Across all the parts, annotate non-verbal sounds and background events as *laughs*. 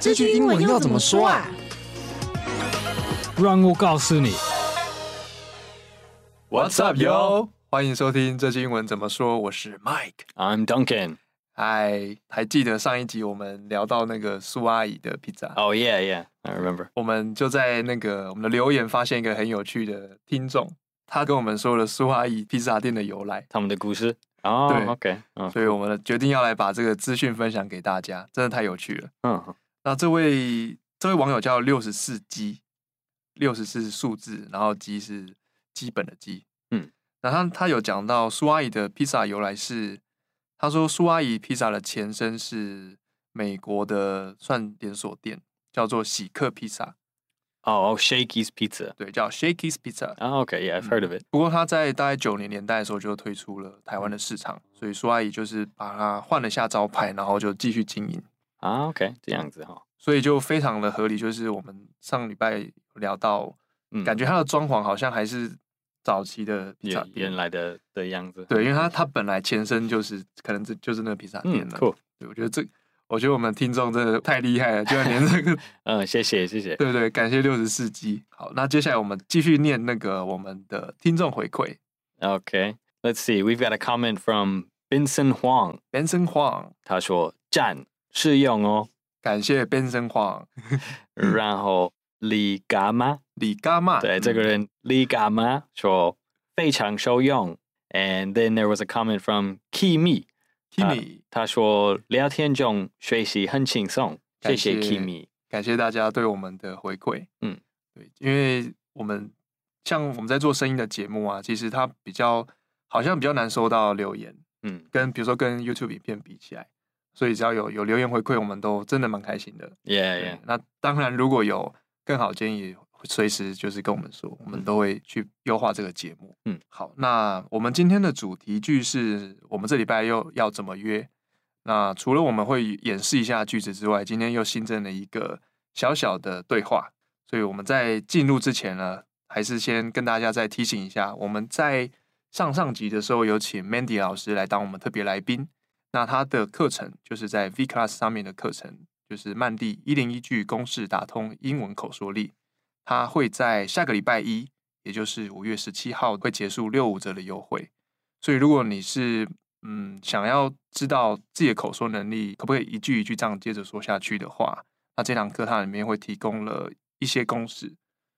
这句英文要怎么说啊？让我告诉你。 What's up, yo？欢迎收听这句英文怎么说，我是 Mike。 I'm Duncan. 嗨，还记得上一集我们聊到那个苏阿姨的披萨 Oh yeah, yeah, I remember. 我们就在那个我们的留言发现一个很有趣的听众，他跟我们说了苏阿姨披萨店的由来，他们的故事。哦、对 o k 嗯 *laughs* 所以我们决定要来把这个资讯分享给大家，真的太有趣了。嗯，那这位这位网友叫六十四鸡，六十四数字，然后鸡是基本的鸡。嗯，那他他有讲到苏阿姨的披萨由来是，他说苏阿姨披萨的前身是美国的算连锁店，叫做喜客披萨，哦、s h a k y s Oh, Pizza。对，叫 Shakey's Pizza。啊、o k yeah, I've heard of it. 不过他在大概九零年代的时候就推出了台湾的市场，所以苏阿姨就是把它换了下招牌，然后就继续经营。啊、o k Ah, 这样子哈、所以就非常的合理。就是我们上礼拜有聊到，嗯感觉它的装潢好像还是早期的披萨原店原，来的的样子。对，因为它它本来前身就是可能这就是那个披萨店嗯了。 ，cool。对，我觉得这。我觉得我们听众真的太厉害了，居然连这个， *laughs* 嗯，谢谢谢谢。对对，感谢六十四集。好，那接下来我们继续念那个我们的听众回馈 Okay, let's see. We've got a comment from Benson Huang. ，Benson Huang，他说赞适用哦。感谢 Benson Huang，然后李干妈，李伽马，对这个人李干妈说非常受用。And then there was a comment from Kimi. 啊 Kimi，他说聊天中学习很轻松，谢感谢谢 Kimi。感谢大家对我们的回馈。嗯，对，因为我们像我们在做声音的节目啊，其实它比较好像比较难收到留言，嗯跟比如说跟 YouTube 影片比起来，所以只要有有留言回馈，我们都真的蛮开心的。 ，Yeah Yeah，那当然如果有更好建议，随时就是跟我们说，我们都会去优化这个节目。嗯，好，那我们今天的主题句是我们这礼拜又要怎么约？那除了我们会演示一下句子之外，今天又新增了一个小小的对话，所以我们在进入之前呢，还是先跟大家再提醒一下，我们在上上集的时候有请 Mandy 老师来当我们特别来宾，那他的课程就是在 V Class 上面的课程，就是曼蒂一零一句公式打通英文口说力，他会在下个礼拜一，也就是五月十七号会结束六五折的优惠。所以如果你是嗯想要知道自己的口说能力可不可以一句一句这样接着说下去的话，那这堂课它里面会提供了一些公式，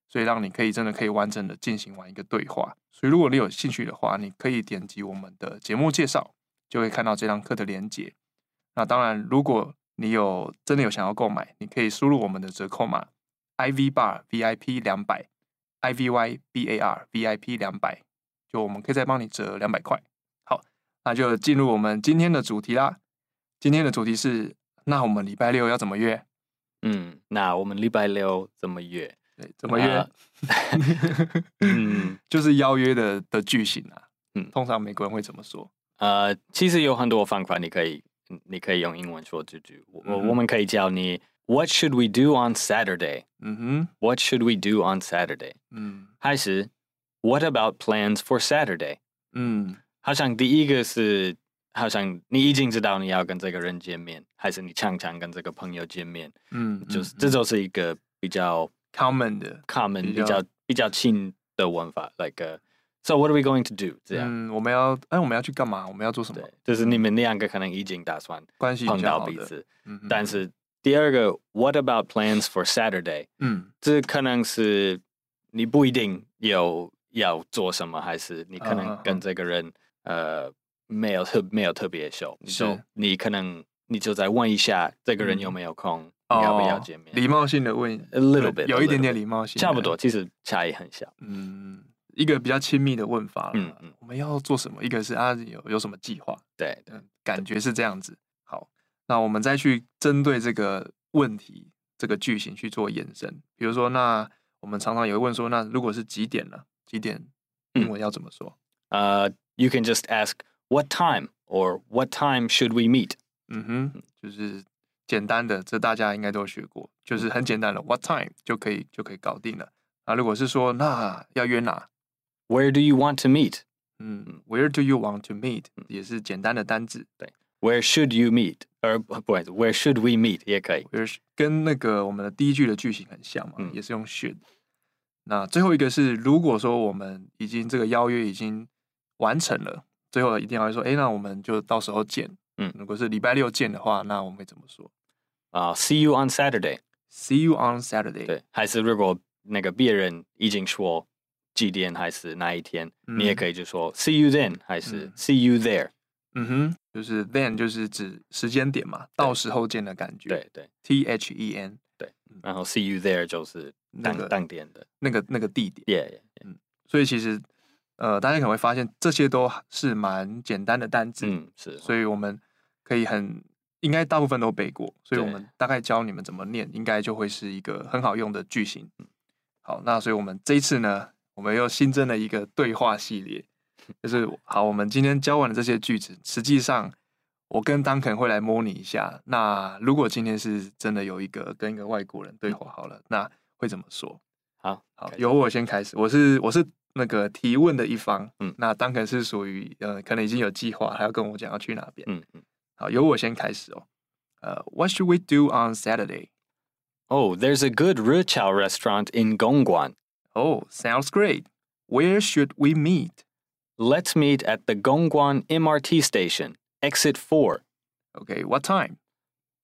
所以让你可以真的可以完整的进行完一个对话。所以如果你有兴趣的话，你可以点击我们的节目介绍，就会看到这堂课的连接。那当然，如果你有真的有想要购买，你可以输入我们的折扣码 IV bar VIP 两百，IVY BAR VIP 两百，就我们可以再帮你折两百块。好，那就进入我们今天的主题啦。今天的主题是，那我们礼拜六要怎么约？嗯，那我们礼拜六怎么约？对，怎么约？ *laughs* 啊嗯就是邀约的的句型啊。嗯，嗯通常美国人会怎么说？呃，其实有很多方法，你可以你可以用英文说这句，我、嗯哼我们可以教你 What should we do on Saturday? 嗯哼， What should we do on Saturday? 嗯还是 What about plans for Saturday? 嗯好像第一个是，好像你已经知道你要跟这个人见面，还是你常常跟这个朋友见面，嗯，就是这就是一个比较 common 的 common、比比较较比较轻的文法，like、so what are we going to do 这样。嗯，我们要哎，我们要去干嘛？我们要做什么啊对？，就是你们两个可能已经打算关系比碰较到好彼的，此，嗯哼但是第二个，What about plans for Saturday？嗯，这可能是你不一定有要做什么，还是你可嗯嗯能嗯跟这个人呃没有特没有特别熟，你就是你可能你就再问一下这个人有嗯没有空，你要不要哦见面礼貌性的问 A little 对 bit，有 a 一点 little 点 bit 礼貌性，差不多，。其实差异很小。嗯，一个比较亲密的问法啦。嗯嗯我们要做什么？一个是啊，有有什么计划？对对，嗯，感觉是这样子。好，那我们再去针对这个问题、这个句型去做延伸。比如说，那我们常常也会问说，那如果是几点呢？几点嗯英文要怎么说？呃、y o u can just ask what time or what time should we meet。嗯哼，就是简单的，这大家应该都有学过，就是很简单的，what time 就可以就可以搞定了。啊，如果是说那要约哪？ Where do you want to meet？嗯嗯，Where do you want to meet？也是简单的单字。 Where should you meet？而不不，Where should we meet？也可以。就是跟那个我们的第一句的句型很像嘛，嗯也是用 should。那最后一个是，如果说我们已经这个邀约已经完成了，最后一定要说，哎、那我们就到时候见。嗯如果是礼拜六见的话，那我们会怎么说啊、s e e you on Saturday。 ？See you on Saturday。对，还是如果那个别人已经说几点还是哪一天，你也嗯可以就说 see you then 还是嗯 see you there。嗯哼，就是 then 就是指时间点嘛，到时候见的感觉。对对， ，T H E N 然后 see you there 就是那当、个当天的那个那个地点。 ，yeah, yeah。所以其实呃，大家可能会发现这些都是蛮简单的单字，嗯，是，所以我们可以很应该大部分都背过，所以我对们大概教你们怎么念，应该就会是一个很好用的句型。嗯好，那所以我们这一次呢，我们又新增了一个对话系 *laughs* 列，就是好，我们今天教完了这些句子，实际上。我跟当肯会来摸你一下。那如果今天是真的有一个跟一个外国人对话好了，那会怎么说？好，好嗯开，始由我先开始。我是我是那个提问的一方，嗯嗯，那当肯是属于呃，可能已经有计划，还要跟我讲要去哪边。嗯嗯。好，由我先开始哦。呃、w h a t should we do on Saturday? Oh, there's a good Ruchao restaurant in Gongguan. Oh, sounds great. Where should we meet? Let's meet at the Gongguan MRT station, exit 4. Okay, what time?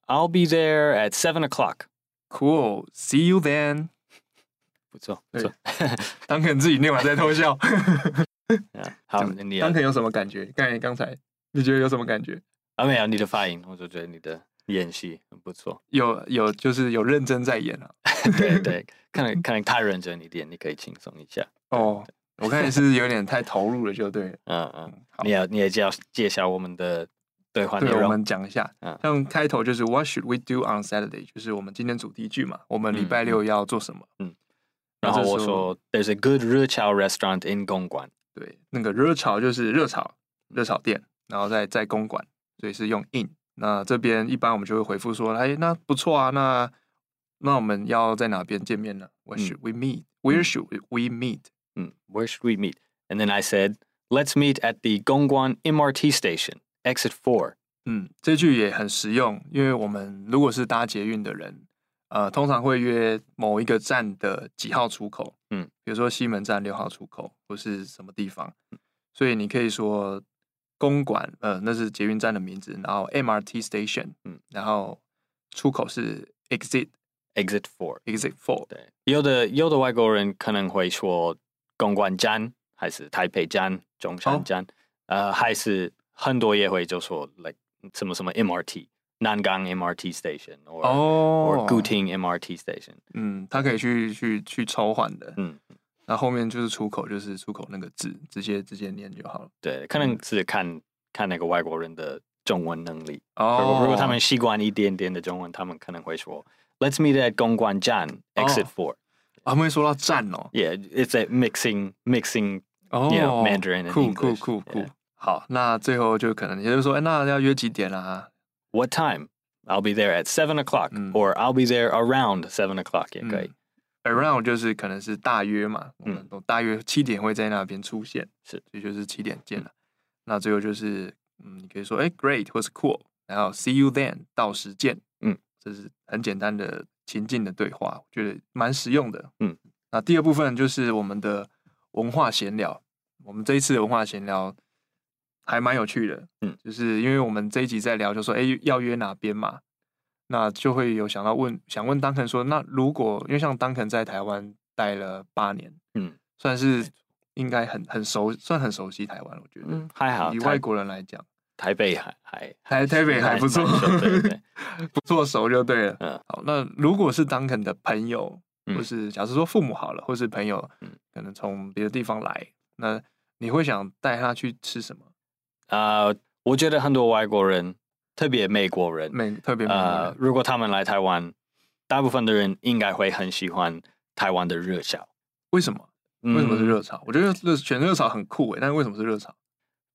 I'll be there at 7 o'clock. Cool. See you then. 不错，对。不错。当肯自己念完再偷笑。 *laughs* 好，怎么你 *laughs* 当肯有什么感觉？刚才刚才你觉得有什么感觉？啊，没有你的发音，我就觉得你的演戏很不错。有有，就是有认真在演啊。 *laughs* 对对，可能可能太认真一点，你可以轻松一下。嗯嗯，哦，我看你是有点太投入了，就对了。好。你要你也介绍对，我介绍我们的对话内容。们讲一下嗯，像开头就是 What should we do on Saturday？就是我们今天主题句嘛，我们礼拜六要做什么？嗯，然后这时候然后我说 There's a good Ruchao restaurant in Gongguan. 对，那个热炒就是热炒热炒店，然后再再公馆，所以是用 in。那这边一般我们就会回复说，哎，那不错啊，那那我们要在哪边见面呢？What 嗯 should we meet? Where 嗯 should we meet? Mm, where should we meet? And then I said, let's meet at the Gongguan MRT station, exit 4. 嗯，这句也很实用，因为我们如果是搭捷运的人，呃，通常会约某一个站的几号出口，嗯，比如说西门站六号出口或是什么地方，嗯所以你可以说公馆，呃，那是捷运站的名字，然后 MRT station，嗯嗯，然后出口是 exit Exit 4. exit four，哦对，有的有的外国人可能会说公馆站还是台北站、中山站，呃，还是很多也会就说 like 什么什么 MRT 南港 MRT station or、哦 or 固定 MRT station。嗯，它可以去去去抽换的，嗯，那后面就是出口，就是出口那个字，直接直接念就好了。对，可能是看看那个外国人的中文能力。哦，如果如果他们习惯一点点的中文，他们可能会说 Let's meet at 公馆站 exit 哦。 four。他们会说到站哦， Yeah, it's a mixing mixing. 哦 you know, Mandarin and 酷酷 English, 酷酷 yeah.。好，那最后就可能也就是说，哎，那要约几点啊？ What time? I'll be there at seven o'clock, 嗯。 or I'll be there around seven o'clock. 嗯也可以。 Around 就是可能是大约嘛，我嗯们都大约七点会在那边出现，是，嗯所以就是七点见了。那最后就是，嗯，你可以说，哎，Great 或是 Cool，然后 See you then，到时见。嗯，这是很简单的情境的对话，我觉得蛮实用的。嗯，那第二部分就是我们的文化闲聊，我们这一次的文化闲聊还蛮有趣的。嗯，就是因为我们这一集在聊，就说，哎，要约哪边嘛？那就会有想到问，想问当肯说，那如果因为像当肯在台湾待了八年，嗯，算是应该很很熟，算很熟悉台湾，我觉得。嗯以外国人来讲，台北还还台台北还不错，对对， *laughs* 不错熟就对了。嗯好，那如果是当肯的朋友，嗯或是假设说父母好了，或是朋友嗯，可能从别的地方来，那你会想带他去吃什么？Uh, 啊、呃，我觉得很多外国人，特别美国人，美特别美味呃的，如果他们来台湾，大部分的人应该会很喜欢台湾的热炒。为什么？为什么嗯是热炒？我觉得热选热炒很酷诶，欸但是为什么是热炒？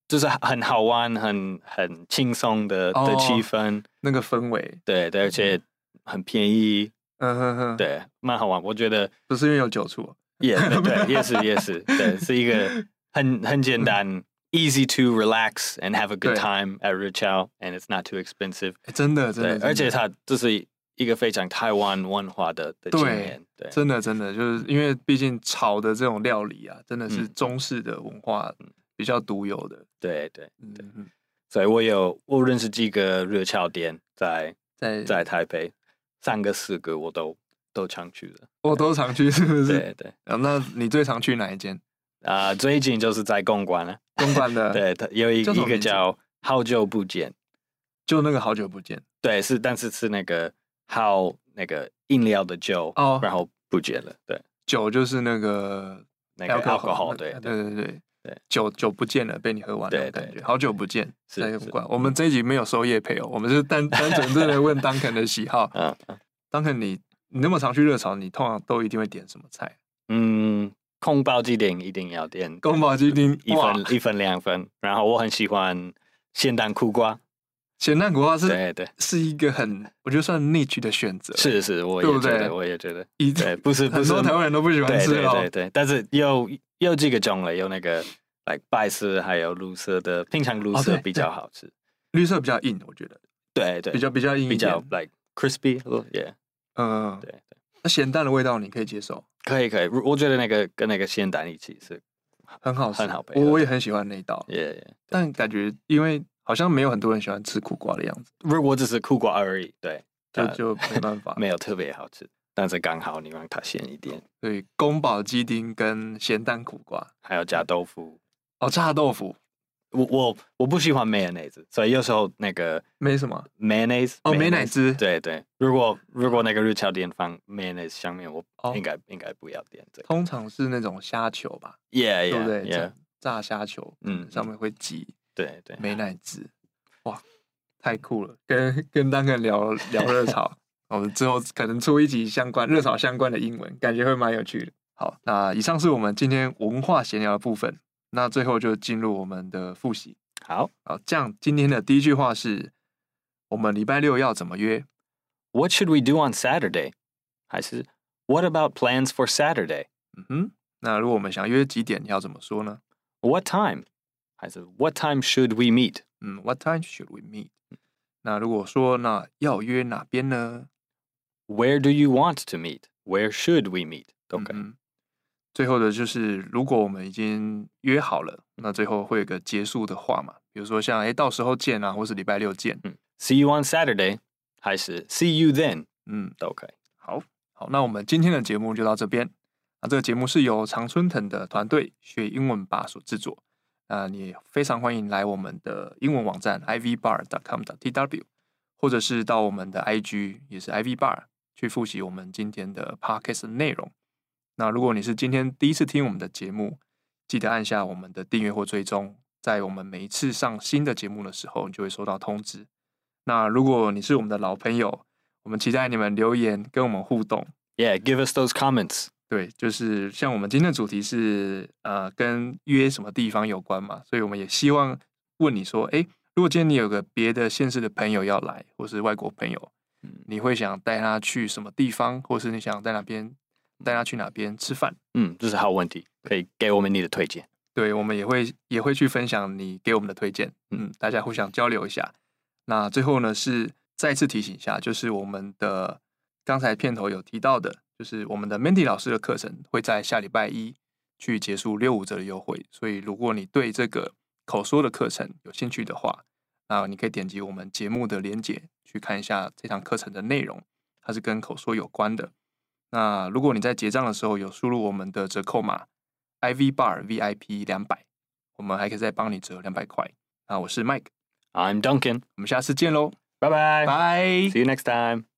就是很好玩、很很轻松的的哦气氛，那个氛围，对对，而且很便宜，嗯哼哼，，对，蛮好玩。我觉得不是因为有酒醋哦， *laughs* 也对对，也是也是，对，是一个很很简单、 easy to relax and have a good 对。 time at Rich Chow, and it's not too expensive. 诶真的真对，的，而且真的它就是一个非常台湾文化的的对经验。对，真的真的就是因为毕竟炒的这种料理啊，真的是嗯中式的文化比较独有的。对对，嗯，嗯所以我有我认识几个日侨店在在在台北，三个四个我都都常去的。我都常去，是不是？对对，啊，那你最常去哪一间？啊、最近就是在公馆了。公馆 *laughs* 的，，对，它有一啊叫什一么个名字叫好久不见，就那个好久不见，对，是但是是那个好那个饮料的酒，哦然后不见了，对，酒就是那个那个 alcohol， alcohol，对对对对对对酒酒不见了，被你喝完对对了，感对觉好久不见，是在是嗯公馆。我们这一集没有收夜配哦，我们是单单纯真 *laughs* 的问 Duncan 的喜好。嗯嗯 Duncan，你你那么常去热潮，你通常都一定会点什么菜？嗯，空包鸡丁一定要点宫保鸡丁一哇份一份两份，然后我很喜欢咸蛋苦瓜，咸蛋国话是对对，是一个很我觉得算 niche 的选择，是是，我对也不觉对得，我也觉得，一对，不是不很是多台湾人都不喜欢对吃对哦。对对，但是有有几个种类，有那个 like 白色还有绿色的，平常绿哦色对比对较好吃。绿色比较硬，我觉得对对，比较比较硬一比较点。 like crispy，a little- yeah，嗯，对对，那咸蛋的味道你可以接受，可以可以，我觉得那个跟那个鲜蛋一起是很好吃，很好配我合我也的很喜欢那一道， ，yeah yeah。但感觉因为好像没有很多人喜欢吃苦瓜的样子，如果只是苦瓜而已，对，就它。就没办法 *laughs* 没有特别好吃，但是刚好你让它咸一点，所以宫保鸡丁跟咸蛋苦瓜，还有加豆腐。哦，炸豆腐我我我不喜欢 mayonnaise，所以有时候那个没什么 mayonnaise 哦美乃滋对对，如果如果那个日侨店放 mayonnaise 上面，我哦应该、应该不要点这个。通常是那种虾球吧， Yeah 对不 yeah 对？ yeah，炸炸虾球，嗯嗯，上面会挤对对，美乃滋，哇，太酷了！跟跟当个聊聊热 *laughs* 潮，我们之后可能出一集相关热潮相关的英文，感觉会蛮有趣的。好，那以上是我们今天文化闲聊的部分，那最后就进入我们的复习。好，好，这样今天的第一句话是：我们礼拜六要怎么约？ What should we do on Saturday? 还是 What about plans for Saturday? 嗯哼，那如果我们想约几点，要怎么说呢？ What time? 还是 What time should we meet? 嗯，What time should we meet？那如果说那要约哪边呢？ Where do you want to meet? Where should we meet? 都可以。嗯哼最后的就是，如果我们已经约好了，那最后会有个结束的话嘛，比如说像哎、诶到时候见啊，或是礼拜六见。嗯 See you on Saturday，还是 See you then 嗯，都可以。好好，那我们今天的节目就到这边。那这个节目是由常春藤的团队学英文吧所制作。那你也非常欢迎来我们的英文网站 ivbar.com.tw，或者是到我们的 IG 也是 ivbar 去复习我们今天的 podcast 的内容。那如果你是今天第一次听我们的节目，记得按下我们的订阅或追踪，在我们每一次上新的节目的时候，你就会收到通知。那如果你是我们的老朋友，我们期待你们留言跟我们互动。 Yeah，give us those comments。对，就是像我们今天的主题是呃跟约什么地方有关嘛，所以我们也希望问你说，诶，如果今天你有个别的县市的朋友要来，或是外国朋友，嗯你会想带他去什么地方，或是你想在哪边带他去哪边吃饭？嗯，这是好问题，可以给我们你的推荐。对，我们也会也会去分享你给我们的推荐，嗯嗯，大家互相交流一下。那最后呢，是再次提醒一下，就是我们的刚才片头有提到的，就是我们的 Mandy 老师的课程会在下礼拜一去结束六五折的优惠，所以如果你对这个口说的课程有兴趣的话，那你可以点击我们节目的连结去看一下这堂课程的内容，它是跟口说有关的。那如果你在结账的时候有输入我们的折扣码 IV Bar VIP 两百，我们还可以再帮你折两百块。那我是 Mike， I'm Duncan，我们下次见喽，拜拜拜。 ，See you next time。